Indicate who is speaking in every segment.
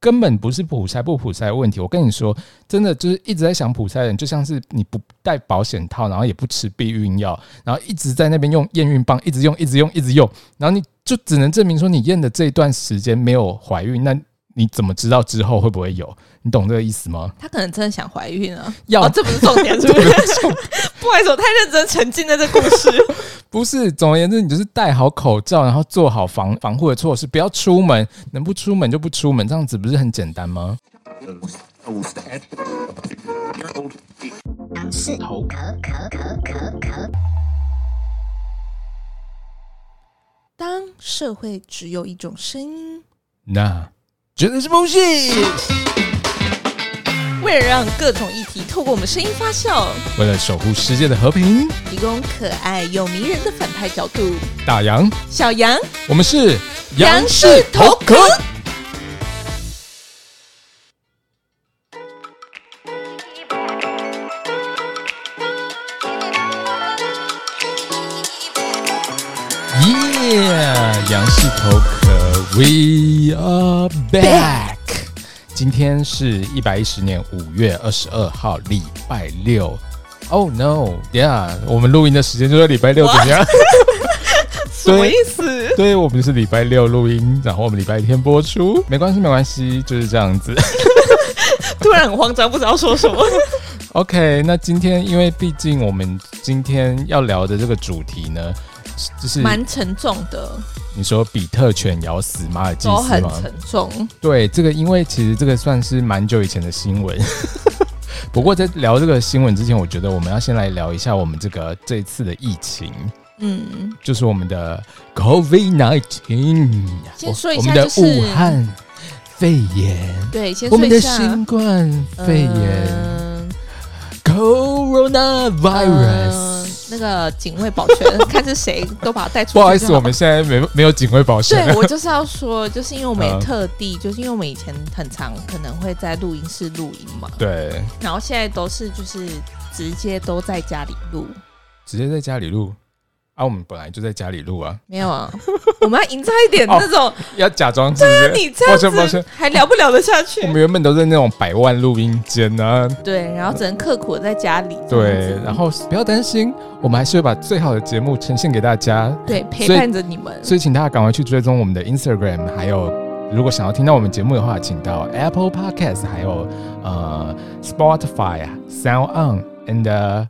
Speaker 1: 根本不是普筛不普筛的问题。我跟你说，真的就是一直在想普筛的人，就像是你不戴保险套，然后也不吃避孕药，然后一直在那边用验孕棒，一直用，一直用，一直用，然后你就只能证明说你验的这一段时间没有怀孕，那你怎么知道之后会不会有？你懂这个意思吗？
Speaker 2: 他可能真的想怀孕啊，
Speaker 1: 要
Speaker 2: 哦，这不是重 点，是不是？不好意思，我太认真沉浸在这故 事。
Speaker 1: 不是，总而言之，你就是戴好口罩，然后做好防防护的措施，不要出门，能不出门就不出门，这样子不是很简单吗？
Speaker 2: 当社会只有一种声音，
Speaker 1: 那真的是不信。
Speaker 2: 为了让各种议题透过我们声音发酵，
Speaker 1: 为了守护世界的和平，
Speaker 2: 提供可爱又迷人的反派角度，
Speaker 1: 大洋，
Speaker 2: 小羊
Speaker 1: 我们是
Speaker 2: 杨氏头壳。
Speaker 1: 耶，杨氏头壳，We are back。今天是一百一十年五月二十二号，礼拜六。Oh no，yeah，我们录音的时间就在礼拜六，怎么样？
Speaker 2: 什么意思？
Speaker 1: 对，我们是礼拜六录音，然后我们礼拜天播出，没关系，没关系，就是这样子。
Speaker 2: 突然很慌张，不知道说什 么。
Speaker 1: OK，那今天因为毕竟我们今天要聊的这个主题呢，是就是
Speaker 2: 蛮沉重的，
Speaker 1: 你说比特犬咬死马尔济
Speaker 2: 都
Speaker 1: 斯
Speaker 2: 很
Speaker 1: 吗？
Speaker 2: 沉重。
Speaker 1: 对，这个因为其实这个算是蛮久以前的新闻。 不过在聊这个新闻之前，我觉得我们要先来聊一下我们这个这一次的疫情，
Speaker 2: 嗯，
Speaker 1: 就是我们的 COVID nineteen，
Speaker 2: 先说一
Speaker 1: 我
Speaker 2: 下
Speaker 1: 们的
Speaker 2: 就是
Speaker 1: 武汉肺炎。
Speaker 2: 对，先
Speaker 1: 我
Speaker 2: 说
Speaker 1: 们
Speaker 2: 一
Speaker 1: 的
Speaker 2: 下
Speaker 1: 新冠肺炎、
Speaker 2: 嗯
Speaker 1: （coronavirus）。
Speaker 2: 嗯那个警卫保全，看是谁都把他带出去。
Speaker 1: 不好意思，我们。现在没没有警卫保险
Speaker 2: 对，。我就是要说，就是因为我们也
Speaker 1: 嗯
Speaker 2: 特地，就是因为我们以前很常可能会在录音室录音嘛，
Speaker 1: 对，
Speaker 2: 然后现在都是就是直接都在家里录，
Speaker 1: 直接在家里录啊，我们本来就在家里录啊，
Speaker 2: 没 有啊，我们要营造一点
Speaker 1: 哦
Speaker 2: 那种，
Speaker 1: 要假装是不
Speaker 2: 那
Speaker 1: 是？
Speaker 2: 你这样
Speaker 1: 抱歉抱歉
Speaker 2: 子还聊不聊得下去
Speaker 1: 我？们原本都在那种百万录音间啊，
Speaker 2: 对，然后只能刻苦地在家里这样
Speaker 1: 对
Speaker 2: 子，，
Speaker 1: 然后不要担心，我们还是会把最好的节目呈现给大家，
Speaker 2: 对陪伴着你们，
Speaker 1: 所以请大家赶快去追踪我们的 Instagram，还有如果想要听到我们节目的话，请到 Apple Podcast，还有呃 Spotify 啊、Sound On and 呃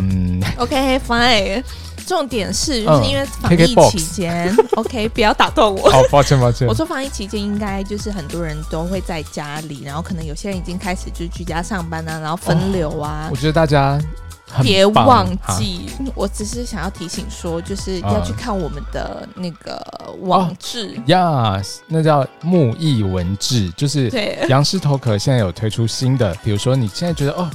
Speaker 1: 嗯
Speaker 2: OK fine。重点是，就
Speaker 1: 嗯
Speaker 2: 是因为防疫
Speaker 1: KKBOX
Speaker 2: 期间、o k 不要打断我。
Speaker 1: 哦，抱歉抱 歉
Speaker 2: 我，说防疫期间应该就是很多人都会在家里，然后可能有些人已经开始就是居家上班啊，然后分流啊
Speaker 1: 我，觉得大家很
Speaker 2: 别
Speaker 1: 哦棒
Speaker 2: 忘
Speaker 1: 哈
Speaker 2: 记。我只是想要提醒说，就是要
Speaker 1: 嗯
Speaker 2: 去看我们的那个网志。
Speaker 1: Yes，那叫木易文志，就是
Speaker 2: 对，
Speaker 1: 杨氏头壳现在有推出新的，比如说你现在觉得哦，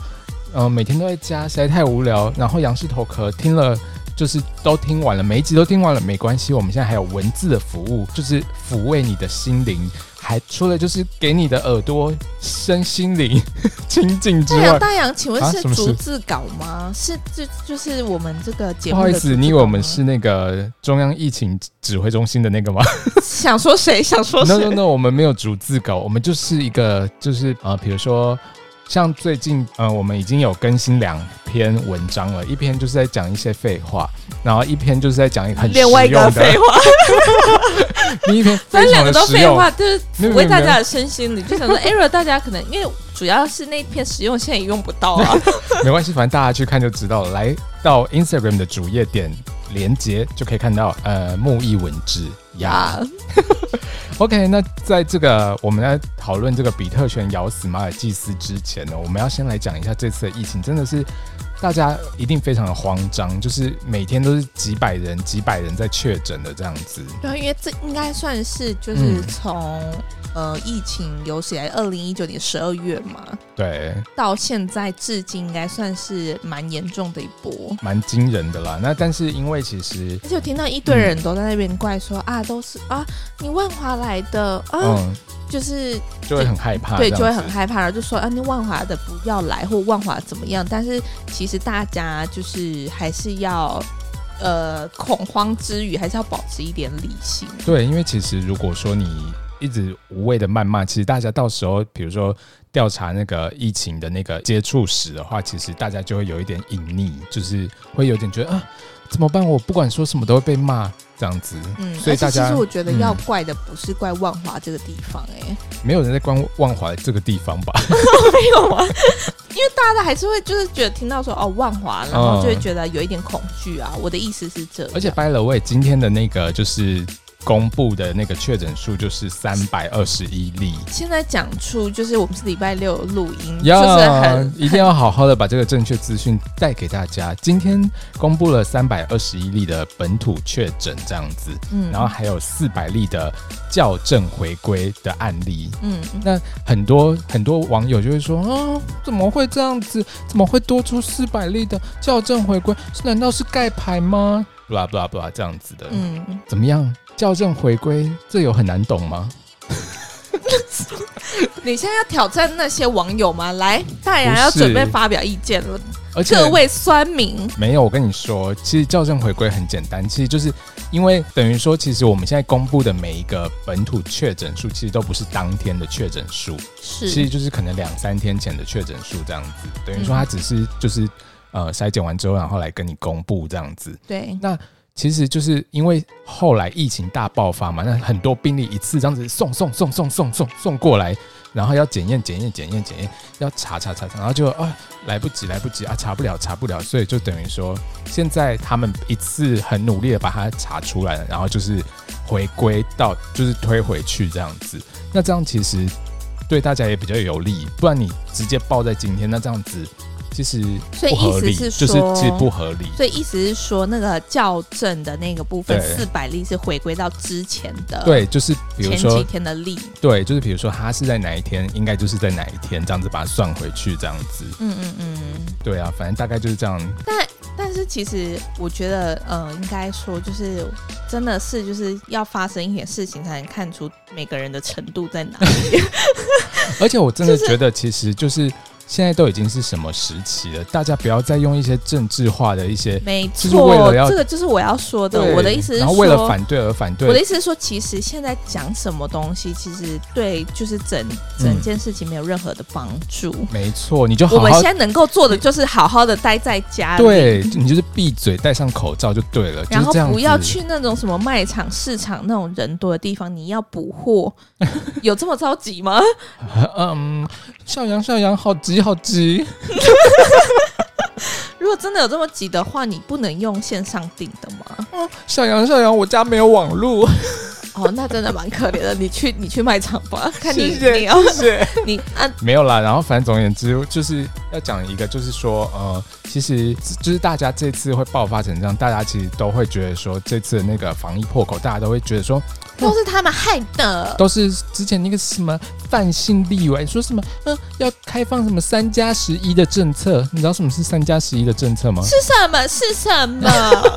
Speaker 1: 呃，每天都在家实在太无聊，然后杨氏头壳听了。就是都听完了，每一集都听完了，没关系，我们现在还有文字的服务，就是抚慰你的心灵，还除了就是给你的耳朵身心灵 清净之
Speaker 2: 大
Speaker 1: 外
Speaker 2: 洋，大洋，请问
Speaker 1: 啊
Speaker 2: 是
Speaker 1: 什么事
Speaker 2: 逐字稿吗？是就就是我们这个节
Speaker 1: 不
Speaker 2: 目
Speaker 1: 好
Speaker 2: 的
Speaker 1: 意
Speaker 2: 逐字稿
Speaker 1: 思，
Speaker 2: 吗？
Speaker 1: 你以为我们是那个中央疫情指挥中心的那个吗？
Speaker 2: 想说谁？想说
Speaker 1: no
Speaker 2: 谁
Speaker 1: no no，我们没有逐字稿，我们就是一个就是呃，比如说像最近呃，我们已经有更新两篇文章了，一篇就是在讲一些废话，然后一篇就是在讲一个很实
Speaker 2: 另外一个
Speaker 1: 用
Speaker 2: 废
Speaker 1: 的，
Speaker 2: 话，
Speaker 1: 另一篇
Speaker 2: 反
Speaker 1: 非
Speaker 2: 正
Speaker 1: 常
Speaker 2: 两个
Speaker 1: 的
Speaker 2: 都
Speaker 1: 实
Speaker 2: 废
Speaker 1: 用。
Speaker 2: 话，就是
Speaker 1: 没有
Speaker 2: 抚
Speaker 1: 没
Speaker 2: 慰
Speaker 1: 有
Speaker 2: 大
Speaker 1: 没有
Speaker 2: 家的身心灵。就想说，error 大家可能因为主要是那片使用，现在也用不到啊。
Speaker 1: 没关系，反正大家去看就知道了。来到 Instagram 的主页点连接就可以看到呃木易文字呀。
Speaker 2: 呀，
Speaker 1: OK，那在这个我们在讨论这个比特犬咬死马尔济斯之前呢，我们要先来讲一下这次的疫情，真的是大家一定非常的慌张，就是每天都是几百人、几百人在确诊的这样子。
Speaker 2: 对，因为这应该算是就是
Speaker 1: 嗯
Speaker 2: 从、呃疫情有史以来二零一九年十二月嘛，
Speaker 1: 对，
Speaker 2: 到现在至今应该算是蛮严重的一波。
Speaker 1: 蛮惊人的啦。那但是因为其实，
Speaker 2: 而且我听到一堆人都在那边怪说、啊，都是啊，你万华来的啊，
Speaker 1: 嗯，
Speaker 2: 就是
Speaker 1: 就会很害怕，
Speaker 2: 对，就会很。害怕，然后就说啊，那万华的不要来，或万华怎么样？但是其实大家就是还是要，呃，恐慌之余还是要保持一点理性。
Speaker 1: 对，因为其实如果说你一直无谓的谩骂，其实大家到时候比如说调查那个疫情的那个接触史的话，其实大家就会有一点隐匿，就是会有点觉得啊怎么办？我不管说什么都会被骂这样子，
Speaker 2: 嗯，
Speaker 1: 所以大
Speaker 2: 而且其
Speaker 1: 家
Speaker 2: 实我觉得
Speaker 1: 嗯
Speaker 2: 要怪的不是怪万华这个地方、哎、
Speaker 1: 没有人在关万华这个地方吧？
Speaker 2: 没有啊， 因为大家还是会就是觉得听到说哦万华，然后就会觉得有一点恐惧啊。我的意思是这样，
Speaker 1: 嗯而且 by the way，今天的那个就是公布的那个确诊数就是三百二十一例。
Speaker 2: 现在讲出就是我们是礼拜六录音，
Speaker 1: 呀
Speaker 2: 就是很
Speaker 1: 一定要好好的把这个正确资讯带给大家。 今天公布了三百二十一例的本土确诊这样子，
Speaker 2: 嗯
Speaker 1: 然后还有四百例的校正回归的案例。
Speaker 2: 嗯
Speaker 1: 那很多很多网友就会说啊，怎么会这样子？怎么会多出四百例的校正回归？难道是盖牌吗？blah blah blah 这样子的，
Speaker 2: 嗯，
Speaker 1: 怎么样？校正回归这有很难懂吗？
Speaker 2: 你现在要挑战那些网友吗？来，大家要
Speaker 1: 不是
Speaker 2: 准备发表意见了，
Speaker 1: 而且
Speaker 2: 各位酸民，
Speaker 1: 没有，我跟你说，其实校正回归很简单，其实就是因为等于说，其实我们现在公布的每一个本土确诊数，其实都不是当天的确诊数，
Speaker 2: 是
Speaker 1: 其实就是可能两三天前的确诊数这样子。等于说，它只是就是呃筛检完之后，然后来跟你公布这样子。
Speaker 2: 对，
Speaker 1: 其实就是因为后来疫情大爆发嘛，那很多病例一次这样子送送送送送送送过来，然后要检验检验检验检验，要查查查查，然后就啊来不及来不及啊查不了查不了，所以就等于说现在他们一次很努力的把它查出来了，然后就是回归到就是推回去这样子，那这样其实对大家也比较有利，不然你直接报在今天，那这样子其实
Speaker 2: 所以
Speaker 1: 不合
Speaker 2: 意
Speaker 1: 理，
Speaker 2: 思是
Speaker 1: 就是
Speaker 2: 说
Speaker 1: 其实不合理。
Speaker 2: 所以意思是说，那个校正的那个部分
Speaker 1: 对
Speaker 2: 四百例是回归到之前的
Speaker 1: 对，就是比如
Speaker 2: 前
Speaker 1: 说
Speaker 2: 几天的例，
Speaker 1: 对，就是比如说他是在哪一天，应该就是在哪一天，这样子把它算回去，这样子。
Speaker 2: 嗯嗯嗯。
Speaker 1: 对啊，反正大概就是这样。
Speaker 2: 但是其实我觉得，呃，应该说就是真的是就是要发生一点事情，才能看出每个人的程度在 哪里。
Speaker 1: 而且我真的
Speaker 2: 就是
Speaker 1: 觉得，其实就是现在都已经是什么时期了，大家不要再用一些政治化的一些，
Speaker 2: 没
Speaker 1: 就是为
Speaker 2: 错
Speaker 1: 了，要
Speaker 2: 这个就是我要说的。我的意思是
Speaker 1: 然
Speaker 2: 说，
Speaker 1: 后为了反对而反
Speaker 2: 我的
Speaker 1: 对。
Speaker 2: 意思是说，其实现在讲什么东西，其实对就是整整件事情没有任何的帮助。
Speaker 1: 没错，你就
Speaker 2: 我
Speaker 1: 嗯好
Speaker 2: 们
Speaker 1: 好
Speaker 2: 现在能够做的就是好好的待在家里，
Speaker 1: 对，你就是闭嘴，戴上口罩就对了，就
Speaker 2: 然
Speaker 1: 是
Speaker 2: 后
Speaker 1: 这样子。
Speaker 2: 不要去那种什么卖场、市场那种人多的地方，你要 补货，有这么着急吗？
Speaker 1: 嗯，笑阳笑阳，好急好急。
Speaker 2: 如果真的有这么急的话，你不能用线上订的吗？
Speaker 1: 嗯笑阳笑阳，我家没有网络，
Speaker 2: 哦，那真的蛮可怜的。你去你去卖场吧，看你
Speaker 1: 谢谢
Speaker 2: 你 要
Speaker 1: 谢谢。
Speaker 2: 你啊，
Speaker 1: 没有啦，然后反正总而言之，就是要讲一个，就是说，呃，其实就是大家这次会爆发成这样，大家其实都会觉得说，这次的那个防疫破口，大家都会觉得说，
Speaker 2: 都是他们害的。
Speaker 1: 都是之前那个什么范性立委说什么，嗯、要开放什么三加十一的政策，你知道什么是三加十一的政策吗？
Speaker 2: 是什么？是什么？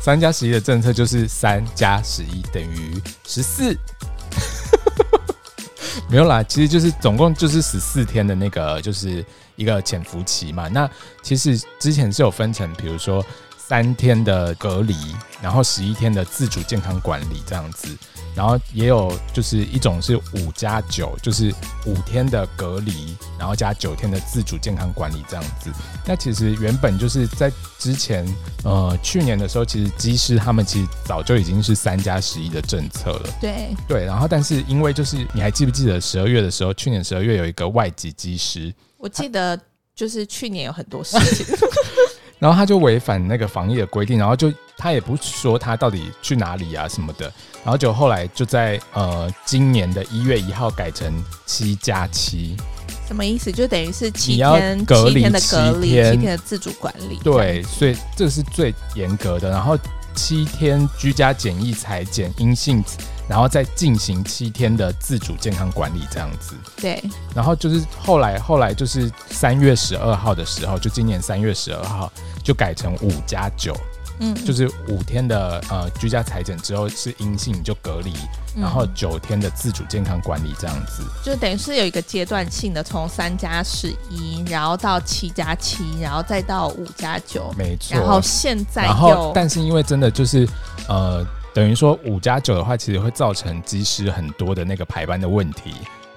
Speaker 1: 三加十一的政策就是三加十一等于十四。 没有啦，其实就是总共就是十四天的那个，就是一个潜伏期嘛。那其实之前是有分成，比如说三天的隔离，然后十一天的自主健康管理这样子，然后也有就是一种是五加九，就是五天的隔离，然后加九天的自主健康管理这样子。那其实原本就是在之前呃，去年的时候，其实机师他们其实早就已经是三加十一的政策了，
Speaker 2: 对，
Speaker 1: 对。然后，但是因为就是你还记不记得十二月的时候，去年十二月有一个外籍机师，
Speaker 2: 我记得就是去年有很多事 情。
Speaker 1: 然后他就违反那个防疫的规定，然后就他也不说他到底去哪里啊什么的，然后就后来就在呃今年的一月一号改成七加七，
Speaker 2: 什么意思？就等于是七
Speaker 1: 你要
Speaker 2: 天
Speaker 1: 隔
Speaker 2: 七
Speaker 1: 离
Speaker 2: 天的隔离，
Speaker 1: 七
Speaker 2: 七
Speaker 1: 天
Speaker 2: 天的自主管理。
Speaker 1: 对，所以这是最严格的。然后七天居家检疫裁剪阴性，然后再进行七天的自主健康管理这样子。
Speaker 2: 对，
Speaker 1: 然后就是后来后来就是三月十二号的时候，就今年三月十二号就改成五加九，
Speaker 2: 嗯，
Speaker 1: 就是五天的呃居家裁剪之后是阴性你就隔离，
Speaker 2: 嗯
Speaker 1: 然后九天的自主健康管理这样子。
Speaker 2: 就等于是有一个阶段性的，从三加十一，然后到七加七，然后再到五加九，
Speaker 1: 没错，
Speaker 2: 然后现在
Speaker 1: 然后
Speaker 2: 又，
Speaker 1: 但是因为真的就是呃，等于说五加九的话，其实会造成机师很多的那个排班的问题，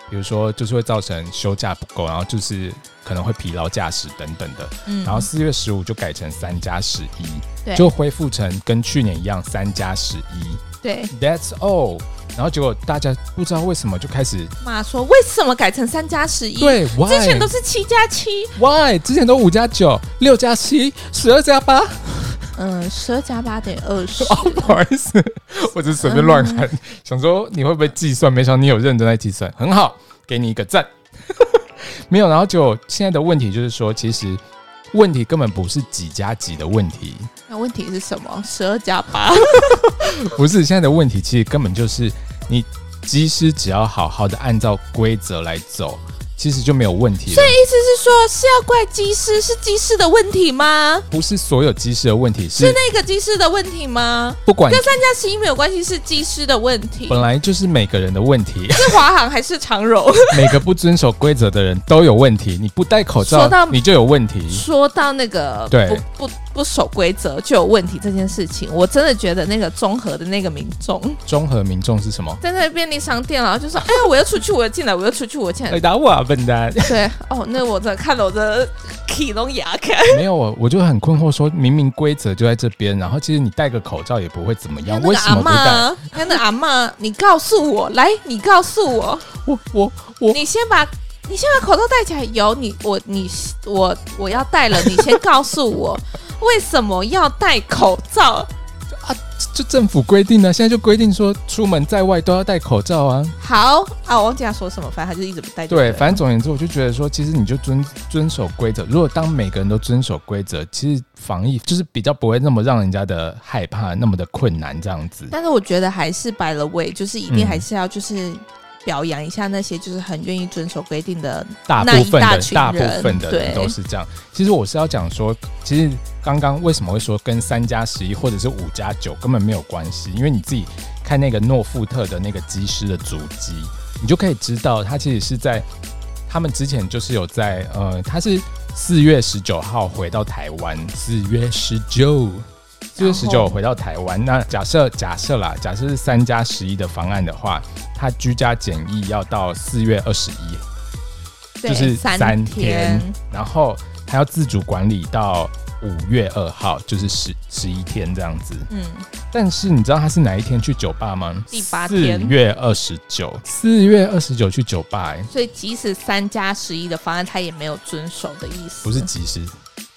Speaker 1: 比如说就是会造成休假不够，然后就是可能会疲劳驾驶等等的。
Speaker 2: 嗯，
Speaker 1: 然后四月十五就改成三加十一，
Speaker 2: 对
Speaker 1: 就恢复成跟去年一样三加十一
Speaker 2: 对
Speaker 1: ，That's all。然后结果大家不知道为什么就开始
Speaker 2: 妈说为什么改成三加十一？
Speaker 1: 对，Why？
Speaker 2: 之前都是七加七，
Speaker 1: Why？之前都五加九、六加七、十二加八。
Speaker 2: 嗯，十二加八等于二十。
Speaker 1: 哦，不好意思，我只是随便乱喊，
Speaker 2: 嗯
Speaker 1: 想说你会不会计算，没想到你有认真在计算，很好，给你一个赞。 没有，然后就现在的问题就是说，其实问题根本不是几加几的问题，
Speaker 2: 那问题是什么？十二加八，
Speaker 1: 不是现在的问题，其实根本就是你机师只要好好的按照规则来走，其实就没有问题了。所以
Speaker 2: 意思是说是要怪机师，是机师的问题吗？
Speaker 1: 不是所有机师的问题，
Speaker 2: 是
Speaker 1: 是
Speaker 2: 那个机师的问题吗？
Speaker 1: 不管
Speaker 2: 跟三加十一没有关系，是机师的问题，
Speaker 1: 本来就是每个人的问题。
Speaker 2: 是华航还是长荣？
Speaker 1: 每个不遵守规则的人都有问题，你不戴口罩
Speaker 2: 说到，
Speaker 1: 你就有问题。
Speaker 2: 说到那个
Speaker 1: 嗯对
Speaker 2: 不不不守规则就有问题这件事情，我真的觉得那个综合的那个民众
Speaker 1: 综合民众是什么？
Speaker 2: 在那便利商店，然后就说：“哎呀，我要出去，我要进来，我要出去，我要进来。
Speaker 1: 来打我啊，笨蛋！
Speaker 2: 对，哦，那我真的看了我的 体龙牙开。
Speaker 1: 没有我，我就很困惑说，明明规则就在这边，然后其实你戴个口罩也不会怎么
Speaker 2: 还有
Speaker 1: 样，
Speaker 2: 那
Speaker 1: 为
Speaker 2: 个
Speaker 1: 什
Speaker 2: 阿
Speaker 1: 么不戴？
Speaker 2: 嬷，啊还有那个阿嬷，你告诉我，来，你告诉我，
Speaker 1: 我我我
Speaker 2: 你先把你先把口罩戴起来。有你，我你我我要戴了，你先告诉我 为什么要戴口罩。
Speaker 1: 就政府规定呢，现在就规定说出门在外都要戴口罩啊。
Speaker 2: 好啊，我忘记他说什么，反正他就一直不戴就
Speaker 1: 对，
Speaker 2: 对了。
Speaker 1: 反正总而言之，我就觉得说，其实你就遵遵守规则。如果当每个人都遵守规则，其实防疫就是比较不会那么让人家的害怕，那么的困难这样子。
Speaker 2: 但是我觉得还是摆了位，就是一定
Speaker 1: 嗯
Speaker 2: 还是要就是表扬一下那些就是很愿意遵守规定的。
Speaker 1: 大部分
Speaker 2: 那一大
Speaker 1: 的
Speaker 2: 群
Speaker 1: 大
Speaker 2: 人
Speaker 1: 部分的人
Speaker 2: 对
Speaker 1: 都是这样。其实我是要讲说，其实刚刚为什么会说跟三加十一或者是五加九根本没有关系，因为你自己看那个诺富特的那个机师的足迹，你就可以知道他其实是在呃他们之前就是有在呃，他是四月十九号回到台湾，四月十九。四月十
Speaker 2: 然
Speaker 1: 九
Speaker 2: 后
Speaker 1: 回到台湾，那假设假设啦，假设是三加十一的方案的话，他居家检疫要到四月二十一
Speaker 2: 对，
Speaker 1: 就是
Speaker 2: 三
Speaker 1: 三天然后他要自主管理到五月二号，就是十十一天这样子。
Speaker 2: 嗯，
Speaker 1: 但是你知道他是哪一天去酒吧吗？
Speaker 2: 第八天
Speaker 1: 四月二十九，四月二十九去酒吧、欸，
Speaker 2: 所以即使三加十一的方案，他也没有遵守的意思。
Speaker 1: 不是及时。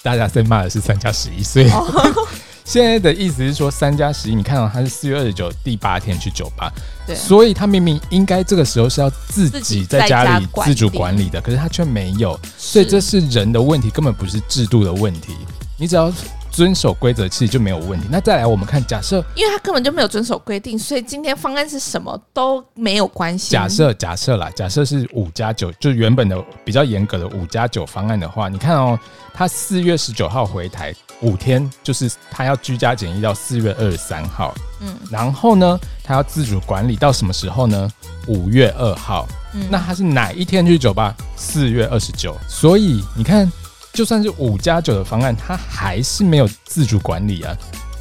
Speaker 1: 大家在骂的是三加十一，所以、
Speaker 2: 哦，
Speaker 1: 现在的意思是说三加十一。你看哦到、他是四月二十九第八天去酒吧，
Speaker 2: 对，
Speaker 1: 所以他明明应该这个时候是要自
Speaker 2: 自
Speaker 1: 己
Speaker 2: 己
Speaker 1: 在
Speaker 2: 在
Speaker 1: 家
Speaker 2: 家
Speaker 1: 里
Speaker 2: 管
Speaker 1: 自主
Speaker 2: 理
Speaker 1: 管理的，可是他却没有。所以这是人的问题，根本不是制度的问题。你只要遵守规则，其实就没有问题。那再来，我们看，假设
Speaker 2: 因为他根本就没有遵守规定，所以今天方案是什么都没有关系。
Speaker 1: 假设假设啦，假设是五加九，就原本的比较严格的五加九方案的话，你看哦，他四月十九号回台五天，就是他要居家检疫到四月二十三号，
Speaker 2: 嗯
Speaker 1: 然后呢，他要自主管理到什么时候呢？五月二号。
Speaker 2: 嗯，
Speaker 1: 那他是哪一天去酒吧？四月二十九。所以你看，就算是五加九的方案，他还是没有自主管理啊。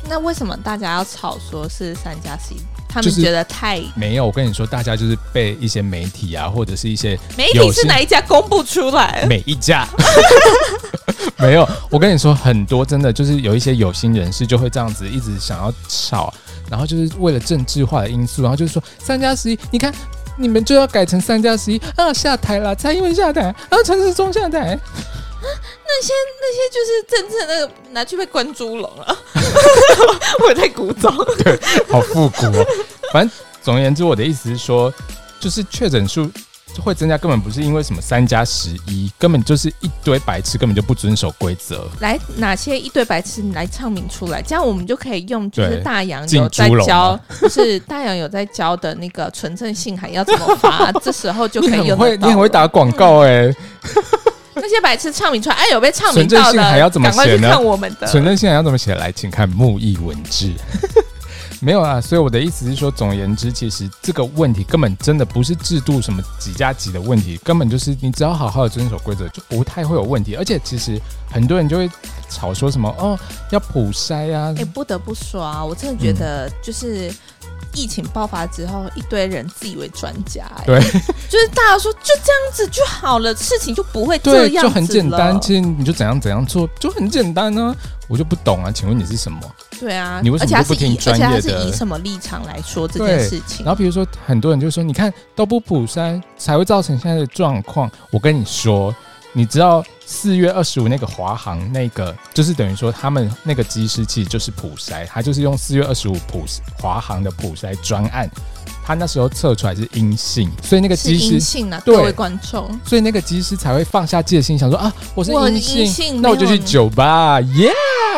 Speaker 2: 那为什么大家要吵说是三加十一？他
Speaker 1: 就
Speaker 2: 们
Speaker 1: 是
Speaker 2: 觉得太、
Speaker 1: 没有，我跟你说，大家就是被一些媒体啊，或者是一些
Speaker 2: 媒
Speaker 1: 有
Speaker 2: 体
Speaker 1: 些
Speaker 2: 是哪一家公布出来？
Speaker 1: 每一 家。没有，我跟你说，很多真的就是有一些有心人士就会这样子一直想要吵，然后就是为了政治化的因素，然后就是说三加十一，你看你们就要改成三加十一啊，下台啦，蔡英文下台，啊，陈时中下台，
Speaker 2: 那些就是政治那个拿去被关猪笼了， 我在鼓掌。
Speaker 1: 好复古、哦。反正总而言之，我的意思是说，就是确诊数会增加，根本不是因为什么三加十一，根本就是一堆白痴，根本就不遵守规则。
Speaker 2: 来，哪些一堆白痴你来唱名出来，这样我们就可以用就是
Speaker 1: 对
Speaker 2: 大洋
Speaker 1: 进
Speaker 2: 有在
Speaker 1: 猪笼
Speaker 2: 教
Speaker 1: 吗，
Speaker 2: 就是大洋有在教的那个纯正信函要怎么发，这时候就可
Speaker 1: 你
Speaker 2: 以
Speaker 1: 很
Speaker 2: 用
Speaker 1: 会，
Speaker 2: 得
Speaker 1: 你
Speaker 2: 到
Speaker 1: 很会打广告哎、
Speaker 2: 那些白痴唱名出来，哎，有被唱名
Speaker 1: 纯正
Speaker 2: 到
Speaker 1: 信
Speaker 2: 的，
Speaker 1: 函要怎么
Speaker 2: 赶快
Speaker 1: 写
Speaker 2: 去
Speaker 1: 呢
Speaker 2: 看我们的。
Speaker 1: 存正信函要怎么写？来，请看木易文字。没有啊，所以我的意思是说，总而言之，其实这个问题根本真的不是制度什么几加几的问题，根本就是你只要好好的遵守规则，就不太会有问题。而且其实很多人就会吵说什么哦，要普筛啊
Speaker 2: 哎、，不得不说啊，我真的觉得
Speaker 1: 嗯
Speaker 2: 就是。疫情爆发之后，一堆人自以为专家、哎
Speaker 1: 对，
Speaker 2: 就是大家说就这样子就好了，事情就不会这
Speaker 1: 对，
Speaker 2: 样
Speaker 1: 就
Speaker 2: 子
Speaker 1: 很简单
Speaker 2: 了，
Speaker 1: 其实你就怎样怎样做，就很简单呢、我就不懂啊，请问你是什么？
Speaker 2: 对啊，
Speaker 1: 你为什
Speaker 2: 而
Speaker 1: 么
Speaker 2: 且他
Speaker 1: 就不
Speaker 2: 是
Speaker 1: 听
Speaker 2: 以而
Speaker 1: 专
Speaker 2: 且
Speaker 1: 业的
Speaker 2: 他是以什么立场来说这件
Speaker 1: 对
Speaker 2: 事情
Speaker 1: 然？后比如说，很多人就说，你看都不普筛才会造成现在的状况。我跟你说，你知道四月二十五那个华航那个，就是等于说他们那个机师器就是普筛，他就是用四月二十五普华航的普筛专案，他那时候测出来是阴性，所以那个
Speaker 2: 是
Speaker 1: 机
Speaker 2: 阴
Speaker 1: 师，
Speaker 2: 性啊，
Speaker 1: 对
Speaker 2: 各位观众，
Speaker 1: 所以那个机师才会放下戒心，想说啊，我是
Speaker 2: 我
Speaker 1: 阴
Speaker 2: 阴
Speaker 1: 性，
Speaker 2: 性
Speaker 1: 那我就去
Speaker 2: 没有
Speaker 1: 酒吧，耶、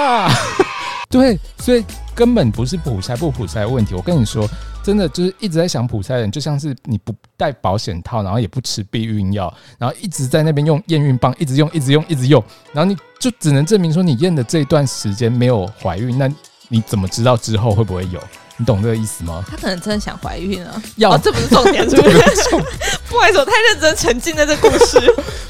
Speaker 1: 对，所以根本不是普筛不普筛的问题。我跟你说，真的就是一直在想普筛的人，就像是你不戴保险套，然后也不吃避孕药，然后一直在那边用验孕棒，一直用，一直用，一直用，然后你就只能证明说你验的这一段时间没有怀孕，那你怎么知道之后会不会有？你懂这个意思吗？
Speaker 2: 他可能真的想怀孕啊。
Speaker 1: 要
Speaker 2: 哦，这不是重 点，是不是？ 不好意思，我太认真沉浸在这故 事。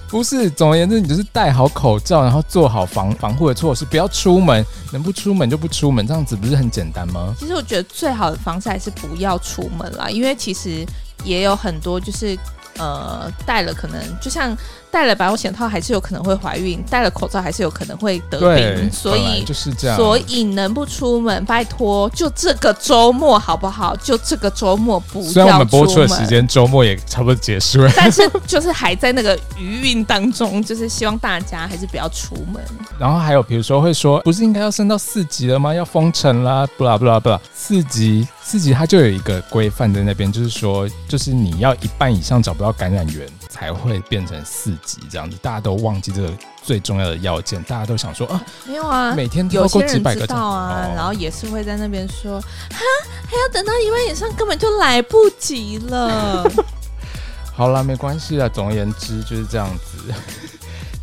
Speaker 1: 不是，总而言之，你就是戴好口罩，然后做好防防护的措施，不要出门，能不出门就不出门，这样子不是很简单吗？
Speaker 2: 其实我觉得最好的方式还是不要出门啦，因为其实也有很多就是。呃，戴了可能就像戴了保险套，还是有可能会怀孕；戴了口罩，还是有可能会得病。所
Speaker 1: 本来
Speaker 2: 以，
Speaker 1: 就是这样，
Speaker 2: 所以能不出门，拜托，就这个周末好不好？就这个周末不要出门。
Speaker 1: 虽然我们播出的时间周末也差不多结束了，
Speaker 2: 但是就是还在那个余韵当中，就是希望大家还是不要出门。
Speaker 1: 然后还有比如说会说，不是应该要升到四级了吗？要封城啦，不啦不啦不啦，四级四级它就有一个规范在那边，就是说，就是你要一半以上找不到感染源才会变成四级这样子，大家都忘记这个最重要的要件，大家都想说啊，
Speaker 2: 没有啊，
Speaker 1: 每天
Speaker 2: 有
Speaker 1: 超
Speaker 2: 些
Speaker 1: 过几
Speaker 2: 人
Speaker 1: 百
Speaker 2: 知
Speaker 1: 个哦
Speaker 2: 道啊，然
Speaker 1: 后
Speaker 2: 后也是会在那边说，哈，还要等到一万以上，根本就来不及了。
Speaker 1: 好啦，没关系啦，总而言之就是这样子。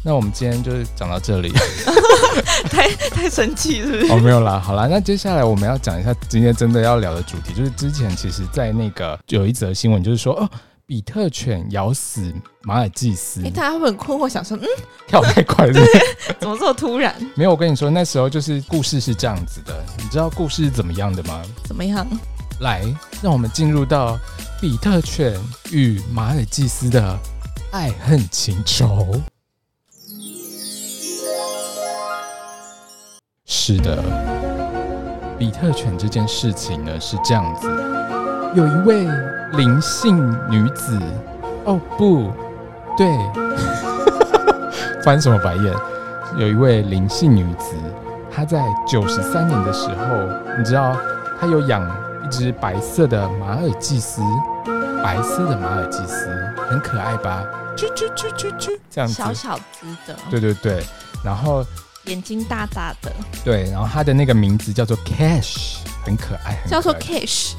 Speaker 1: 那我们今天就是讲到这里
Speaker 2: 太太生气是不 是？
Speaker 1: 哦，没有啦，好啦，那接下来我们要讲一下今天真的要聊的主题，就是之前其实，在那个有一则新闻，就是说哦，比特犬咬死马尔济斯
Speaker 2: 哎、，大家会很困惑，想说，嗯，
Speaker 1: 跳太快了是不 是。
Speaker 2: 怎么这么突然？
Speaker 1: 没有，我跟你说，那时候就是故事是这样子的，你知道故事是怎么样的吗？
Speaker 2: 怎么样？
Speaker 1: 来，让我们进入到比特犬与马尔济斯的爱恨情仇。是的，比特犬这件事情呢是这样子，有一位灵性女子，哦不对， 翻什么白眼？有一位灵性女子，她在九十三年的时候，你知道他有养一只白色的马尔济斯，白色的马尔济斯很可爱吧？啾啾啾啾啾，这样子
Speaker 2: 小。小只的，
Speaker 1: 对对对，然后
Speaker 2: 眼睛大大的，
Speaker 1: 对，然后它的那个名字叫做 Cash，很可爱，很可爱
Speaker 2: 叫做 Cash，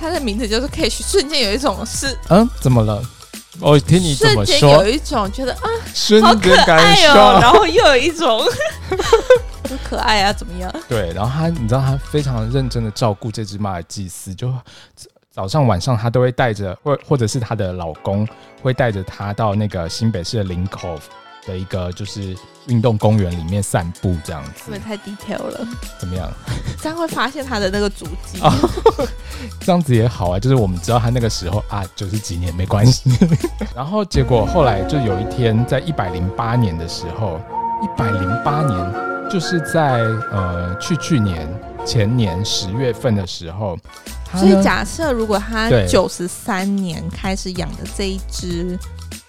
Speaker 2: 它的名字叫做 Cash，瞬间有一种是。
Speaker 1: 嗯，怎么了？我听你怎
Speaker 2: 瞬
Speaker 1: 么
Speaker 2: 间
Speaker 1: 说
Speaker 2: 有，一种觉得啊，
Speaker 1: 瞬
Speaker 2: 好可
Speaker 1: 间感
Speaker 2: 爱
Speaker 1: 受。
Speaker 2: 哦，然后又有 一种就可爱啊，怎么样？
Speaker 1: 对，然后他，你知道他非常认真的照顾这只马尔济斯，就早上晚上他都会带着，或或者是她的老公会带着她到那个新北市的林口的一个就是运动公园里面散步这样
Speaker 2: 是不
Speaker 1: 子
Speaker 2: 是，太 detail 了？
Speaker 1: 怎么样？
Speaker 2: 这样会发现他的那个足迹。
Speaker 1: 啊这样子也好啊，就是我们知道他那个时候啊，九十几年没关系。 然后结果后来就有一天，在一百零八年的时候，一百零八年就是在呃去去年前年十月份的时候，他
Speaker 2: 所以
Speaker 1: 呢
Speaker 2: 假设如果他
Speaker 1: 对
Speaker 2: 九十三年开始养的这一只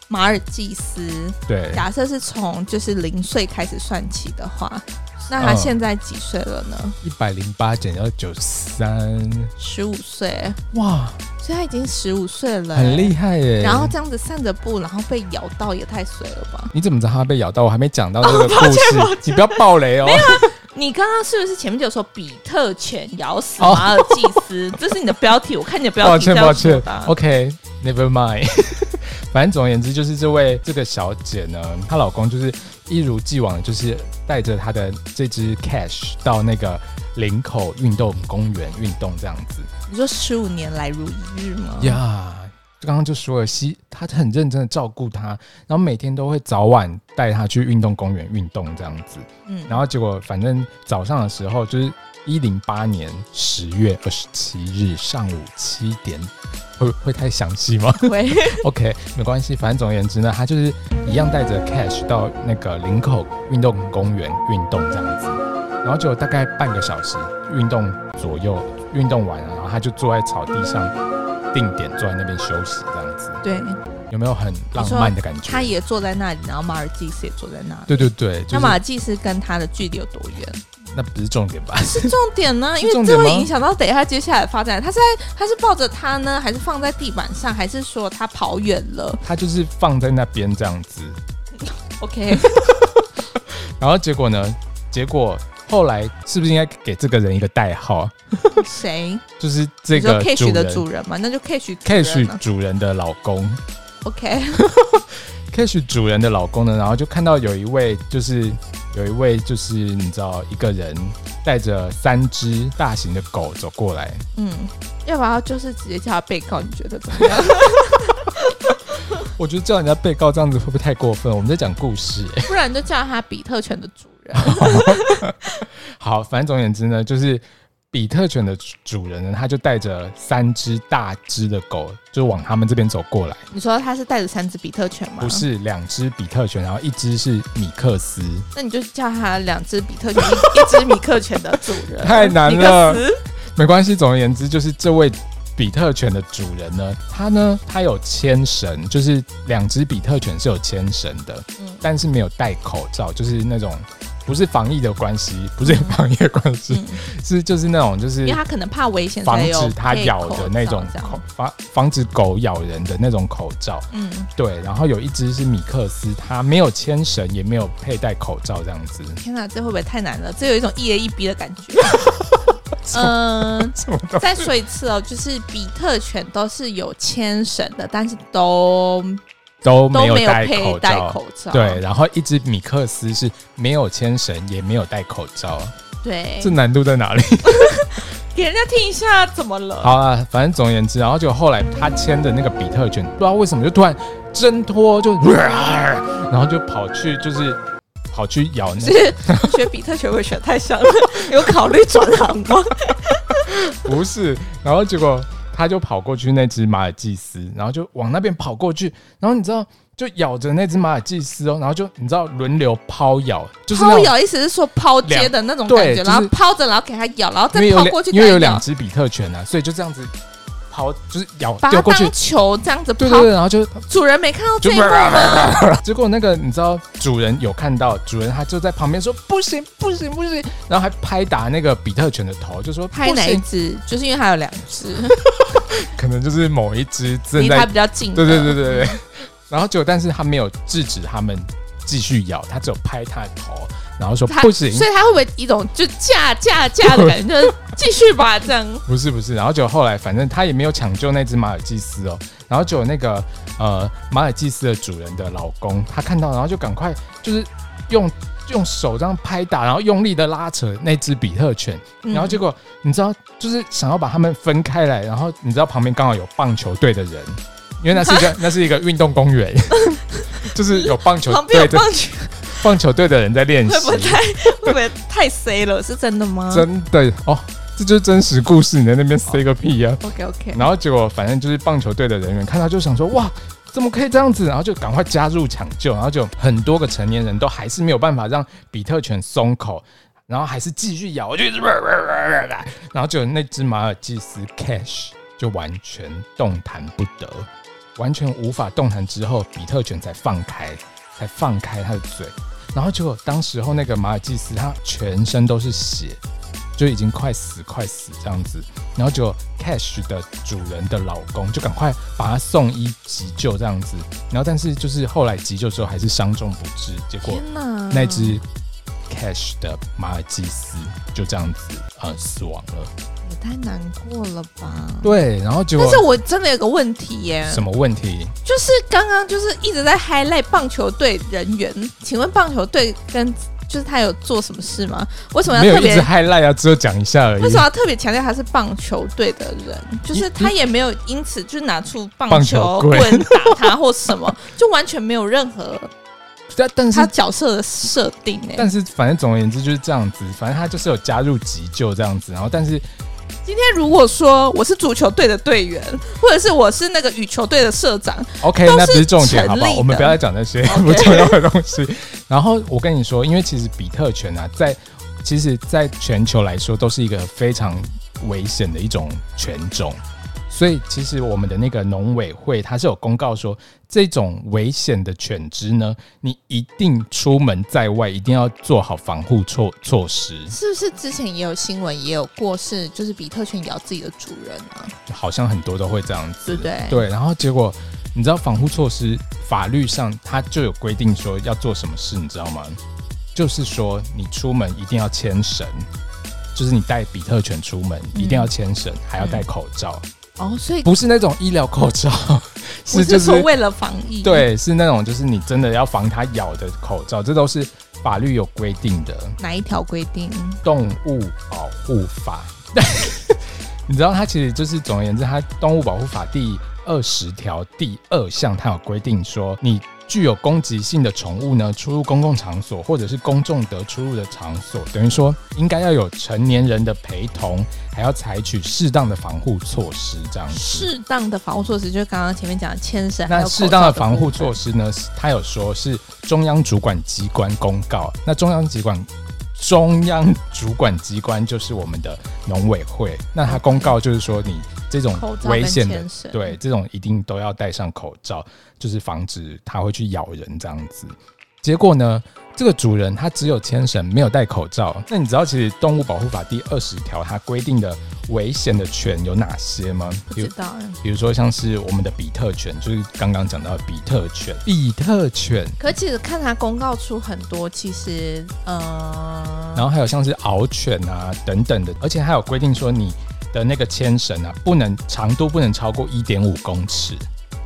Speaker 2: 马尔济斯，
Speaker 1: 对
Speaker 2: 假设是从就是零岁开始算起的话，那他
Speaker 1: 嗯
Speaker 2: 现在几岁了呢？
Speaker 1: 一百零八减掉九十三，
Speaker 2: 十五岁，
Speaker 1: 哇，
Speaker 2: 所以他已经十五岁了、欸
Speaker 1: 很厉害耶！
Speaker 2: 然后这样子散着步，然后被咬到也太水了吧？
Speaker 1: 你怎么知道他被咬到？我还没讲到这个
Speaker 2: 哦
Speaker 1: 故事，你不要暴雷哦。
Speaker 2: 你刚刚是不是前面就有说比特犬咬死马尔济斯？这是你的标题，我看你的标
Speaker 1: 抱
Speaker 2: 题是
Speaker 1: 歉
Speaker 2: 这样
Speaker 1: 抱
Speaker 2: 说
Speaker 1: 歉
Speaker 2: 的啊。
Speaker 1: ，OK，Never、mind。反正总而言之，就是这位这个小姐呢，她老公就是一如既往，就是带着她的这只 Cash 到那个林口运动公园运动这样子。
Speaker 2: 你说十五年来如一日吗？
Speaker 1: 呀、刚刚就说了，西他很认真的照顾他，然后每天都会早晚带他去运动公园运动这样子。
Speaker 2: 嗯，
Speaker 1: 然后结果反正早上的时候就是一零八年十月二十七日上午七点，会会太详细吗
Speaker 2: 喂，
Speaker 1: ？OK，没关系，反正总而言之呢，他就是一样带着 Cash 到那个林口运动公园运动这样子，然后就大概半个小时运动左右，运动完了，然后他就坐在草地上定点坐在那边休息这样子，
Speaker 2: 对，
Speaker 1: 有没有很浪漫的感觉？
Speaker 2: 他也坐在那里，然后马尔济斯也坐在那里。
Speaker 1: 对对对，就
Speaker 2: 那
Speaker 1: 是
Speaker 2: 马尔济斯跟他的距离有多远？
Speaker 1: 那不是重点吧？
Speaker 2: 是重点呢，因
Speaker 1: 重点
Speaker 2: 为这
Speaker 1: 吗
Speaker 2: 会影响到等一下接下来的发展。他是在他是抱着他呢，还是放在地板上，还是说他跑远了
Speaker 1: 他就是放在那边这样子，
Speaker 2: ？OK，
Speaker 1: 然后结果呢？结果后来是不是应该给这个人一个代号？
Speaker 2: 谁？
Speaker 1: 就是
Speaker 2: 你
Speaker 1: 这
Speaker 2: 说
Speaker 1: 个
Speaker 2: Cash
Speaker 1: 主
Speaker 2: 的
Speaker 1: 人
Speaker 2: 主人嘛？那就 Cash 主人
Speaker 1: Cash
Speaker 2: 了。
Speaker 1: 主人的老公
Speaker 2: OK，
Speaker 1: ，Cash 主人的老公呢？然后就看到有一位就是有一位就是你知道一个人带着三只大型的狗走过来，
Speaker 2: 嗯，要不然就是直接叫他被告，你觉得怎么 样？
Speaker 1: 我觉得叫人家被告这样子会不会太过分？我们在讲故事、 欸
Speaker 2: 不然就叫他比特犬的主人。
Speaker 1: 好，反正总而言之呢，就是。比特犬的主人呢，他就带着三只大只的狗，就往他们这边走过来。
Speaker 2: 你说他是带着三只比特犬吗？
Speaker 1: 不，是两只比特犬，然后一只是米克斯，
Speaker 2: 那你就叫他两只比特犬，一 一只米克犬的主人。
Speaker 1: 太难
Speaker 2: 米
Speaker 1: 了
Speaker 2: 克斯
Speaker 1: 没关系。总而言之，就是这位比特犬的主人呢，他呢，他有牵绳，就是两只比特犬是有牵绳的，
Speaker 2: 嗯
Speaker 1: 但是没有戴口罩，就是那种不是防疫的关系，不是防疫的关系，
Speaker 2: 嗯
Speaker 1: 是就是那种就
Speaker 2: 因
Speaker 1: 是
Speaker 2: 为他可能怕危险，
Speaker 1: 防
Speaker 2: 才有
Speaker 1: 止它
Speaker 2: 配
Speaker 1: 咬
Speaker 2: 口
Speaker 1: 的那
Speaker 2: 罩
Speaker 1: 种
Speaker 2: 这样
Speaker 1: 口防防止狗咬人的那种口罩。
Speaker 2: 嗯，
Speaker 1: 对，然后有一只是米克斯，它没有牵绳，也没有佩戴口罩，这样子。
Speaker 2: 天哪，这会不会太难了？这有一种一 A 一 B 的感觉。嗯，
Speaker 1: 什么东西
Speaker 2: 再说一次哦，就是比特犬都是有牵绳的，但是都
Speaker 1: 都
Speaker 2: 都
Speaker 1: 没有戴
Speaker 2: 佩
Speaker 1: 口
Speaker 2: 戴
Speaker 1: 罩。
Speaker 2: 口罩。
Speaker 1: 对，然后一只米克斯是没有牵绳，也没有戴口罩，
Speaker 2: 对
Speaker 1: 这，难度在哪里？
Speaker 2: 给人家听一下怎么了？
Speaker 1: 好啊，反正总而言之，然后就后来他牵的那个比特犬，不知道为什么就突然挣脱，就 然后就跑去就是跑去咬那
Speaker 2: 就是学比特犬会学太像了， 有考虑转行吗？
Speaker 1: 不是，然后结果他就跑过去那只马尔济斯，然后就往那边跑过去，然后你知道就咬着那只马尔济斯哦，然后就你知道轮流抛咬，就是那
Speaker 2: 抛
Speaker 1: 种
Speaker 2: 咬意思是说抛接的那种
Speaker 1: 对
Speaker 2: 感
Speaker 1: 就
Speaker 2: 觉，
Speaker 1: 是
Speaker 2: 然后抛着，然后给它咬，然后再
Speaker 1: 因为有
Speaker 2: 抛
Speaker 1: 两
Speaker 2: 过去
Speaker 1: 因为有
Speaker 2: 再
Speaker 1: 两
Speaker 2: 咬，
Speaker 1: 只比特犬啊，所以就这样子抛，就是咬
Speaker 2: 把它
Speaker 1: 丢过去
Speaker 2: 当，球这样子
Speaker 1: 对
Speaker 2: 抛
Speaker 1: 对。对，然后就
Speaker 2: 主人没看到
Speaker 1: 就
Speaker 2: 这一幕吗？
Speaker 1: 结果那个你知道主人有看到，主人他就在旁边说不行不行不行，然后还拍打那个比特犬的头，就说
Speaker 2: 拍
Speaker 1: 不
Speaker 2: 哪一
Speaker 1: 行，
Speaker 2: 只？就是因为它有两只，
Speaker 1: 可能就是某一只正
Speaker 2: 离它
Speaker 1: 在
Speaker 2: 比较近。
Speaker 1: 对对对对对，然后结果但是他没有制止他们继续咬，他只有拍他的头，然后说
Speaker 2: 它
Speaker 1: 不行
Speaker 2: 所以它会不会一种就架架架的感觉？就是继续吧，这样。
Speaker 1: 不是不是，然后就后来反正他也没有抢救那只马尔济斯哦，然后就有那个呃马尔济斯的主人的老公，他看到然后就赶快就是用用手这样拍打，然后用力的拉扯那只比特犬，
Speaker 2: 嗯
Speaker 1: 然后结果你知道就是想要把他们分开来，然后你知道旁边刚好有棒球队的人，因为那是 一个那是一个运动公园， 就是有棒球
Speaker 2: 旁边
Speaker 1: 队
Speaker 2: 有
Speaker 1: 的
Speaker 2: 棒球，
Speaker 1: 棒球队的人在练习
Speaker 2: 会，不会太会不会太 C 了？是真的吗？
Speaker 1: 真的哦，这就是真实故事，你在那边塞个屁啊呀、
Speaker 2: OK OK，
Speaker 1: 然后结果反正就是棒球队的人员看到就想说哇。怎么可以这样子？然后就赶快加入抢救，然后就很多个成年人都还是没有办法让比特犬松口，然后还是继续咬，就一直然后就那只马尔济斯 Cash 就完全动弹不得，完全无法动弹之后，比特犬才放开，才放开它的嘴，然后结果当时候那个马尔济斯它全身都是血，就已经快死快死这样子，然后就 Cash 的主人的老公就赶快把他送医急救这样子，然后但是就是后来急救之后还是伤重不治，结果
Speaker 2: 天哪！
Speaker 1: 那只 Cash 的马尔济斯就这样子呃死亡了。
Speaker 2: 也太难过了吧？
Speaker 1: 对，然后结果
Speaker 2: 但是我真的有个问题耶，
Speaker 1: 什么问题？
Speaker 2: 就是刚刚就是一直在 highlight 棒球队人员，请问棒球队跟就是他有做什么事吗？为什么
Speaker 1: 没
Speaker 2: 要
Speaker 1: 有
Speaker 2: 特
Speaker 1: 一直
Speaker 2: 别？
Speaker 1: highlight 啊，只有讲一下而已
Speaker 2: 为。什么要特别强调他是棒球队的人？就是他也没有因此就拿出棒球
Speaker 1: 棒球
Speaker 2: 棍打他或 什么，就完全没有任何
Speaker 1: 但但
Speaker 2: 他
Speaker 1: 是
Speaker 2: 角色的设定哎、
Speaker 1: 但是，反正总而言之就是这样子。反正他就是有加入急救这样子，然后但是
Speaker 2: 今天如果说我是足球队的队员，或者是我是那个羽球队的社长，
Speaker 1: OK，
Speaker 2: 都是
Speaker 1: 那不是重点，
Speaker 2: 成
Speaker 1: 好
Speaker 2: 立
Speaker 1: 不好？
Speaker 2: 的
Speaker 1: 我们不要再讲那些
Speaker 2: OK
Speaker 1: 不重要的东西。然后我跟你说，因为其实比特犬啊，在其实在全球来说都是一个非常危险的一种犬种，所以其实我们的那个农委会它是有公告说，这种危险的犬只呢，你一定出门在外一定要做好防护措措施，
Speaker 2: 是不是之前也有新闻也有过是就是比特犬咬自己的主人啊，
Speaker 1: 好像很多都会这样子。
Speaker 2: 对不对？
Speaker 1: 对，然后结果你知道防护措施法律上它就有规定说要做什么事，你知道吗？就是说你出门一定要牵绳，就是你带比特犬出门
Speaker 2: 嗯
Speaker 1: 一定要牵绳，还要戴口罩，
Speaker 2: 哦，所以
Speaker 1: 不是那种医疗口罩，
Speaker 2: 我
Speaker 1: 是
Speaker 2: 是
Speaker 1: 就
Speaker 2: 说
Speaker 1: 是
Speaker 2: 为了防疫，，
Speaker 1: 对，是那种就是你真的要防它咬的口罩，这都是法律有规定的。
Speaker 2: 哪一条规定？
Speaker 1: 动物保护法。 你知道它其实就是总而言之，它《动物保护法》第二十条第二项，它有规定说，你具有攻击性的宠物呢，出入公共场所或者是公众得出入的场所，等于说应该要有成年人的陪同，还要采取适当的防护措施，这样子。
Speaker 2: 适当的防护措施，就是刚刚前面讲的牵绳，还
Speaker 1: 那
Speaker 2: 有
Speaker 1: 适当的防护措
Speaker 2: 措
Speaker 1: 施呢？是他有说是中央主管机关公告。那中央主管中央主管机关就是我们的农委会。那他公告就是说，你这种
Speaker 2: 口罩跟
Speaker 1: 危险的
Speaker 2: 牵，绳
Speaker 1: 对这种一定都要戴上口罩，就是防止它会去咬人这样子。结果呢，这个主人他只有牵绳，没有戴口罩。那你知道其实《动物保护法》第二十条它规定的危险的犬有哪些吗？
Speaker 2: 不
Speaker 1: 比如
Speaker 2: 知道啊。
Speaker 1: 比如说像是我们的比特犬，就是刚刚讲到的比特犬，比特犬，
Speaker 2: 可其实看他公告出很多，其实呃，
Speaker 1: 然后还有像是獒犬啊等等的，而且还有规定说你的那个牵绳啊，不能长度不能超过一点五公尺，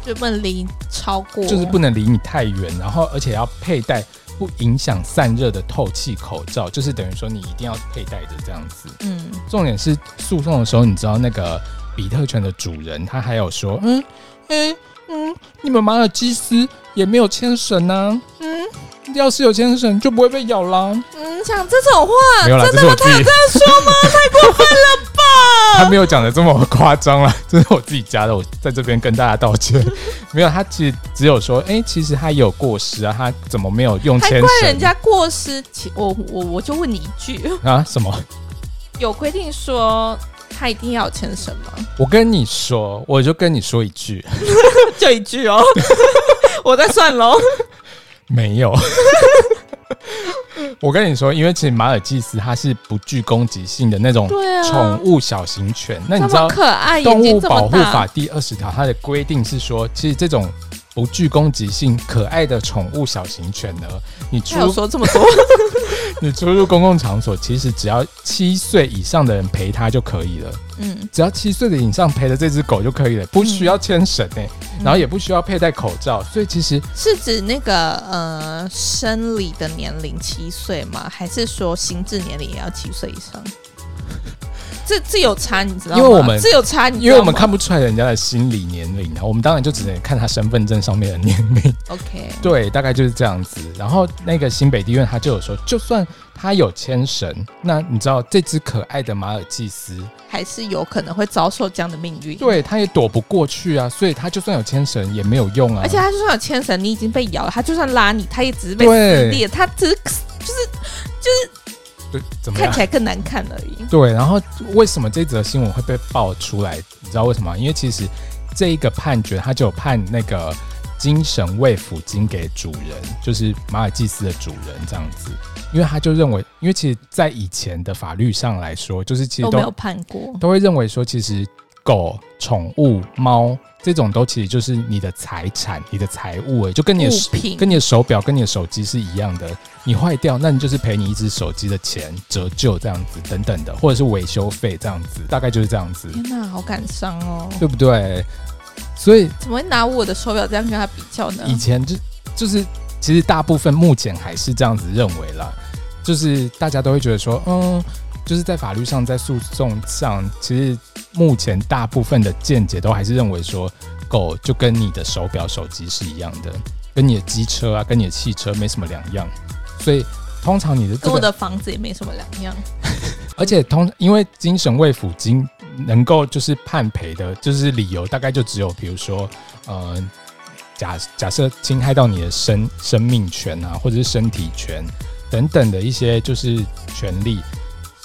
Speaker 2: 就不能离超过，
Speaker 1: 就是不能离你太远，然后而且要佩戴不影响散热的透气口罩，就是等于说你一定要佩戴着这样子。
Speaker 2: 嗯，
Speaker 1: 重点是诉讼的时候，你知道那个比特犬的主人他还有说，嗯嗯嗯，你们马尔济斯也没有牵绳呐，嗯，要是有牵绳就不会被咬啦。
Speaker 2: 嗯，讲这种话，
Speaker 1: 没有啦，这是我自己
Speaker 2: 这样 说吗？太过分了吧！
Speaker 1: 他没有讲的这么夸张啦， 这是我自己加的，我在这边跟大家道 歉。没有，他其实只有说，哎、其实他也有过失啊，他怎么没有用
Speaker 2: 还
Speaker 1: 牵
Speaker 2: 怪人
Speaker 1: 绳
Speaker 2: 家过失，其我我我就问你一句，
Speaker 1: 啊？什么？
Speaker 2: 有规定说他一定要签什么？
Speaker 1: 我跟你说，我就跟你说一句，
Speaker 2: 就一句哦， 我在算喽。
Speaker 1: 没 有。我跟你说，因为其实马尔济斯它是不具攻击性的那种
Speaker 2: 对啊
Speaker 1: 宠物小型犬，那你
Speaker 2: 这
Speaker 1: 知道
Speaker 2: 么
Speaker 1: 《
Speaker 2: 可爱，
Speaker 1: 动
Speaker 2: 眼睛
Speaker 1: 物
Speaker 2: 这
Speaker 1: 保
Speaker 2: 么
Speaker 1: 护法
Speaker 2: 大，》
Speaker 1: 第二十条它的规定是说，其实这种不具攻击性、可爱的宠物小型犬呢，你出
Speaker 2: 他有说这么多，
Speaker 1: 你出入公共场所，其实只要七岁以上的人陪它就可以了。
Speaker 2: 嗯，
Speaker 1: 只要七岁的以上陪着这只狗就可以了，不需要牵绳诶， 然后也不需要佩戴口罩，所以其实
Speaker 2: 是指那个呃生理的年龄七岁吗？还是说心智年龄也要七岁以上？ 这这有差，你知道
Speaker 1: 因
Speaker 2: 吗？
Speaker 1: 为我们
Speaker 2: 这有差，你知道吗
Speaker 1: 因为我们看不出来人家的心理年龄啊，我们当然就只能看他身份证上面的年龄。
Speaker 2: OK，
Speaker 1: 对，大概就是这样子。然后那个新北地院他就有说，就算他有牵绳，那你知道这只可爱的马尔济斯，
Speaker 2: 还是有可能会遭受这样的命运。
Speaker 1: 对，啊他也躲不过去啊，所以他就算有牵绳也没有用啊。
Speaker 2: 而且他就算有牵绳，你已经被咬了，他就算拉你，他也只是被
Speaker 1: 对
Speaker 2: 撕裂，他只是
Speaker 1: 对，怎么
Speaker 2: 看
Speaker 1: 样
Speaker 2: 起？来更难看而已。
Speaker 1: 对，然后为什么这则新闻会被爆出来？你知道为什么吗？因为其实这一个判决，他就有判那个精神慰抚金给主人，就是马尔济斯的主人这样子，因为他就认为，因为其实，在以前的法律上来说，就是其实
Speaker 2: 都
Speaker 1: 都
Speaker 2: 没有判过，
Speaker 1: 都会认为说，其实狗、宠物、猫这种都其实就是你的财产、你的财物、欸，就跟你的
Speaker 2: 物
Speaker 1: 手
Speaker 2: 品
Speaker 1: 跟你的手表、跟你的手机是一样的。你坏掉，那你就是赔你一只手机的钱、折旧这样子等等的，或者是维修费这样子，大概就是这样子，
Speaker 2: 天哪，好感伤哦！
Speaker 1: 对不对？所以
Speaker 2: 怎么会拿我的手表这样跟他比较呢？
Speaker 1: 以前就就是其实大部分目前还是这样子认为啦。就是大家都会觉得说，嗯，就是在法律上，在诉讼上，其实目前大部分的见解都还是认为说，狗就跟你的手表、手机是一样的，跟你的机车啊，跟你的汽车没什么两样，所以。通常你的这
Speaker 2: 跟我
Speaker 1: 个，
Speaker 2: 的房子也没什么两样。
Speaker 1: 而且通因为精神慰抚金能够就是判赔的，就是理由大概就只有比如说，呃，假假设侵害到你的生生命权啊，或者是身体权等等的一些就是权利，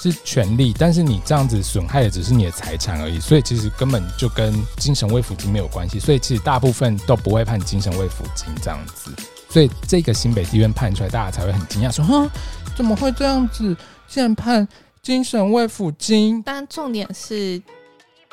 Speaker 1: 是权利，但是你这样子损害的只是你的财产而已，所以其实根本就跟精神慰抚金没有关系，所以其实大部分都不会判精神慰抚金这样子，所以这个新北地院判出来，大家才会很惊讶说，哼，怎么会这样子？竟然判精神慰抚金？
Speaker 2: 但重点是，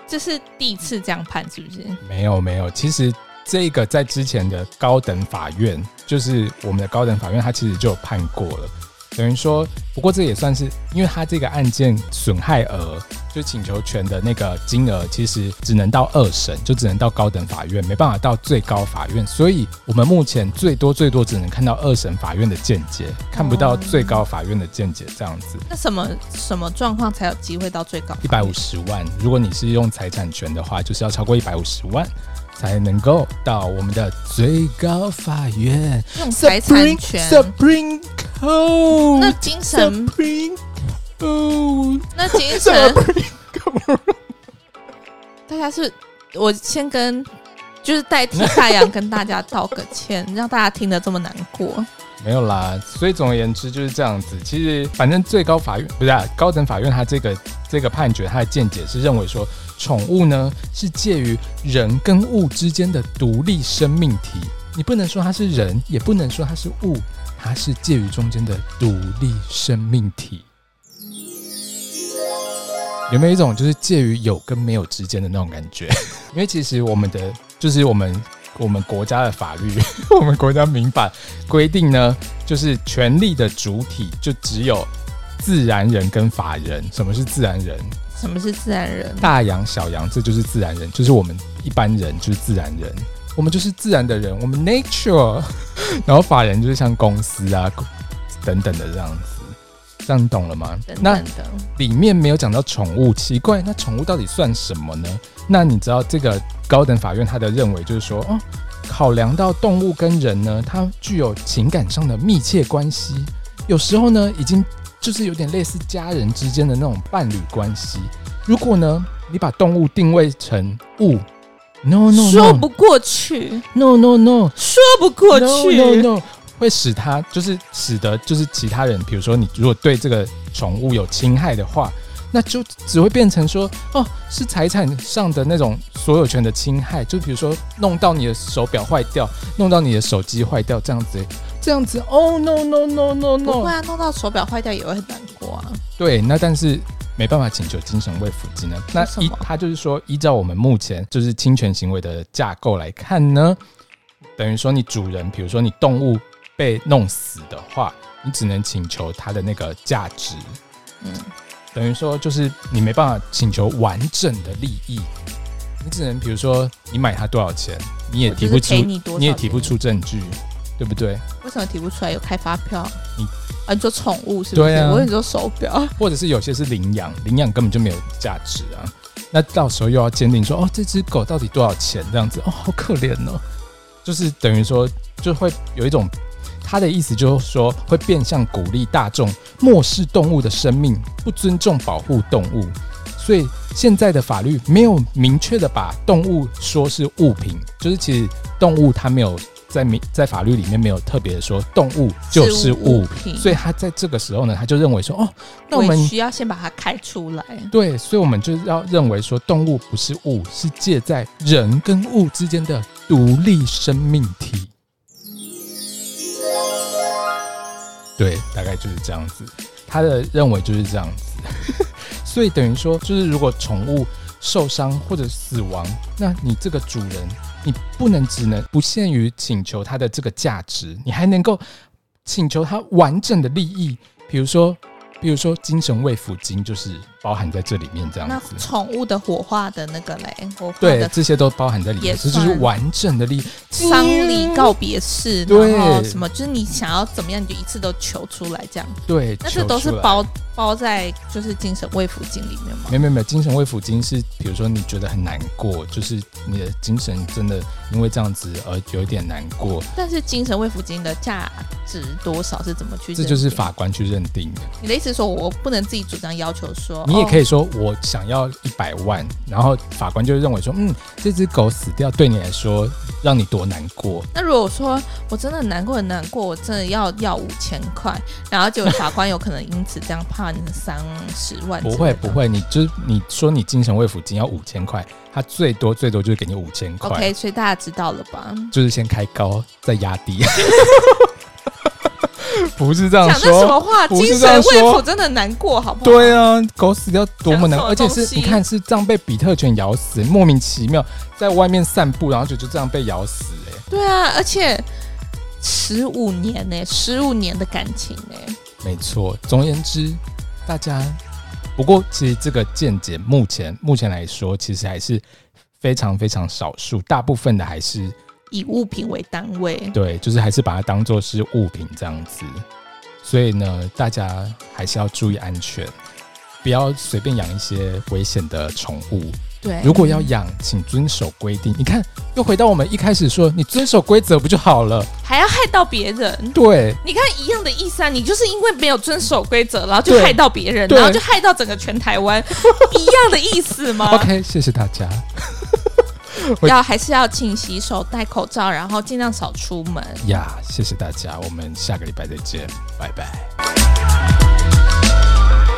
Speaker 2: 这是第一次这样判，是不是？
Speaker 1: 没有没有，其实这个在之前的高等法院，就是我们的高等法院，它其实就有判过了。等于说，不过这也算是，因为它这个案件损害额，就请求权的那个金额，其实只能到二审，就只能到高等法院，没办法到最高法院。所以，我们目前最多最多只能看到二审法院的见解，看不到最高法院的见解这样子。
Speaker 2: 那什么什么状况才有机会到最高？
Speaker 1: 一百五。十万，如果你是用财产权的话，就是要超过一百五十万才能够到我们的最高法院。
Speaker 2: 用财产权。
Speaker 1: Supreme
Speaker 2: 那
Speaker 1: Court，Supreme
Speaker 2: 精神，
Speaker 1: Court，
Speaker 2: 那精神，大家是，我先跟，就是代替太阳跟大家道个歉，让大家听得这么难过。
Speaker 1: 没有啦。所以总而言之就是这样子。其实反正最高法院不是、啊、高等法院，它这个这个判决，它的见解是认为说，宠物呢是介于人跟物之间的独立生命体，你不能说它是人，也不能说它是物，它是介于中间的独立生命体。有没有一种就是介于有跟没有之间的那种感觉？ 因为其实我们的就是我们我们国家的法律， 我们国家民法规定呢，就是权利的主体就只有自然人跟法人。什么是自然人？
Speaker 2: 什么是自然人？
Speaker 1: 大羊、小羊，这就是自然人，就是我们一般人，就是自然人，我们就是自然的人，我们 nature。然后 法人就是像公司啊公等等的这样子，这样你懂了吗？
Speaker 2: 等
Speaker 1: 那
Speaker 2: 等的，
Speaker 1: 里面没有讲到宠物，奇怪，那宠物到底算什么呢？那你知道这个高等法院他的认为就是说，哦，考量到动物跟人呢，它具有情感上的密切关系，有时候呢，已经就是有点类似家人之间的那种伴侣关系。如果呢，你把动物定位成物，no no no
Speaker 2: 说不过去，
Speaker 1: no no no，
Speaker 2: 说不过去。
Speaker 1: No No No，会使他就是使得就是其他人，比如说你如果对这个宠物有侵害的话，那就只会变成说哦是财产上的那种所有权的侵害，就比如说弄到你的手表坏掉，弄到你的手机坏掉这样子。这样子哦，no no no no
Speaker 2: 不会
Speaker 1: no，
Speaker 2: 啊，弄到手表坏掉也会很难过啊。
Speaker 1: 对，那但是没办法请求精神慰抚金呢。那
Speaker 2: 为什
Speaker 1: 依
Speaker 2: 么
Speaker 1: 他就是说，依照我们目前就是侵权行为的架构来看呢，等于说你主人，比如说你动物被弄死的话，你只能请求它的那个价值，
Speaker 2: 嗯，
Speaker 1: 等于说就是你没办法请求完整的利益，你只能比如说你买它多少钱，你也
Speaker 2: 我
Speaker 1: 提
Speaker 2: 就
Speaker 1: 不
Speaker 2: 是
Speaker 1: 出，
Speaker 2: 赔你多少，
Speaker 1: 你也提不。出证据，对不对？
Speaker 2: 为什么提不出来？有开发票。
Speaker 1: 你
Speaker 2: 啊，你说宠物是不是？
Speaker 1: 对啊
Speaker 2: 我跟你说手表，
Speaker 1: 或者是有些是领养，领养根本就没有价值啊。那到时候又要鉴定说，哦，这只狗到底多少钱这样子，哦，好可怜哦。就是等于说，就会有一种他的意思，就是说会变相鼓励大众漠视动物的生命，不尊重保护动物。所以现在的法律没有明确的把动物说是物品，就是其实动物它没有在明在法律里面没有特别地说动物就是物
Speaker 2: 物品，
Speaker 1: 所以他在这个时候呢，他就认为说，哦，那我
Speaker 2: 我也
Speaker 1: 们
Speaker 2: 需要先把它开出来。
Speaker 1: 对，所以我们就是要认为说，动物不是物，是介在人跟物之间的独立生命体。对，大概就是这样子。他的认为就是这样子， 所以等于说，就是如果宠物受伤或者死亡，那你这个主人，你不能只能不限于请求它的这个价值，你还能够请求它完整的利益，比如说，比如说精神慰抚金就是包含在这里面这样
Speaker 2: 那
Speaker 1: 子。
Speaker 2: 宠物的火化的那个嘞，火化
Speaker 1: 对，
Speaker 2: 的
Speaker 1: 这些都包含在里面，
Speaker 2: 也
Speaker 1: 这就是
Speaker 2: 算
Speaker 1: 完整的利益。
Speaker 2: 丧礼告别式，
Speaker 1: 对
Speaker 2: 然后什么，就是你想要怎么样，你就一次都求出来这样。
Speaker 1: 对，
Speaker 2: 那
Speaker 1: 求
Speaker 2: 这都是
Speaker 1: 出来
Speaker 2: 包包在就是精神慰抚金里面吗？
Speaker 1: 没有没有没有，精神慰抚金是，比如说你觉得很难过，就是你的精神真的因为这样子而有一点难过，
Speaker 2: 但是精神慰抚金的价值多少是怎么去？
Speaker 1: 这就是。法官去认定的。
Speaker 2: 你的意思是说我不能自己主张要求说，哦
Speaker 1: 你也可
Speaker 2: 以、
Speaker 1: 以说我想要一百万，然后法官就认为说，嗯，这只狗死掉对你来说让你多难过，
Speaker 2: 那如果说我真的很难过很难过，我真的要要五千块，然后结果法官有可能因此这样判三十万？
Speaker 1: 不会不。会，你就是你说你精神慰抚金要五千块，他最多最多就是给你五千块
Speaker 2: OK，所以大家知道了吧？
Speaker 1: 就是先开高再压 低，不是这样
Speaker 2: 讲的
Speaker 1: 说
Speaker 2: 什。么话？
Speaker 1: 不
Speaker 2: 精
Speaker 1: 是这
Speaker 2: 神
Speaker 1: 样
Speaker 2: 慰
Speaker 1: 说
Speaker 2: 抚真的难过，好不好？
Speaker 1: 对啊，狗死掉多么难，
Speaker 2: 讲什么
Speaker 1: 而且是
Speaker 2: 东西
Speaker 1: 你看是这样被比特犬咬死，莫名其妙在外面散步，然后就就这样被咬死、欸，
Speaker 2: 对啊，而且十五年呢、十五年的感情欸呢、
Speaker 1: 没错。总而言之，大家不过其实这个见解目前目前来说，其实还是非常非常少数，大部分的还是
Speaker 2: 以物品为单位。
Speaker 1: 对，就是还是把它当做是物品这样子。所以呢，大家还是要注意安全，不要随便养一些危险的宠物。
Speaker 2: 对，
Speaker 1: 如果要养，请遵守规定。你看，又回到我们一开始说，你遵守规则不就好了？
Speaker 2: 还要害到别人。
Speaker 1: 对
Speaker 2: 你看一样的意思啊，你就是因为没有遵守规则，然后就
Speaker 1: 对
Speaker 2: 害到别人，
Speaker 1: 对
Speaker 2: 然后就害到整个全台 湾，一样的意思吗
Speaker 1: ，OK，谢谢大家。我
Speaker 2: 要还是要勤洗手、戴口罩，然后尽量少出门。
Speaker 1: 呀谢谢大家，我们下个礼拜再见，拜拜。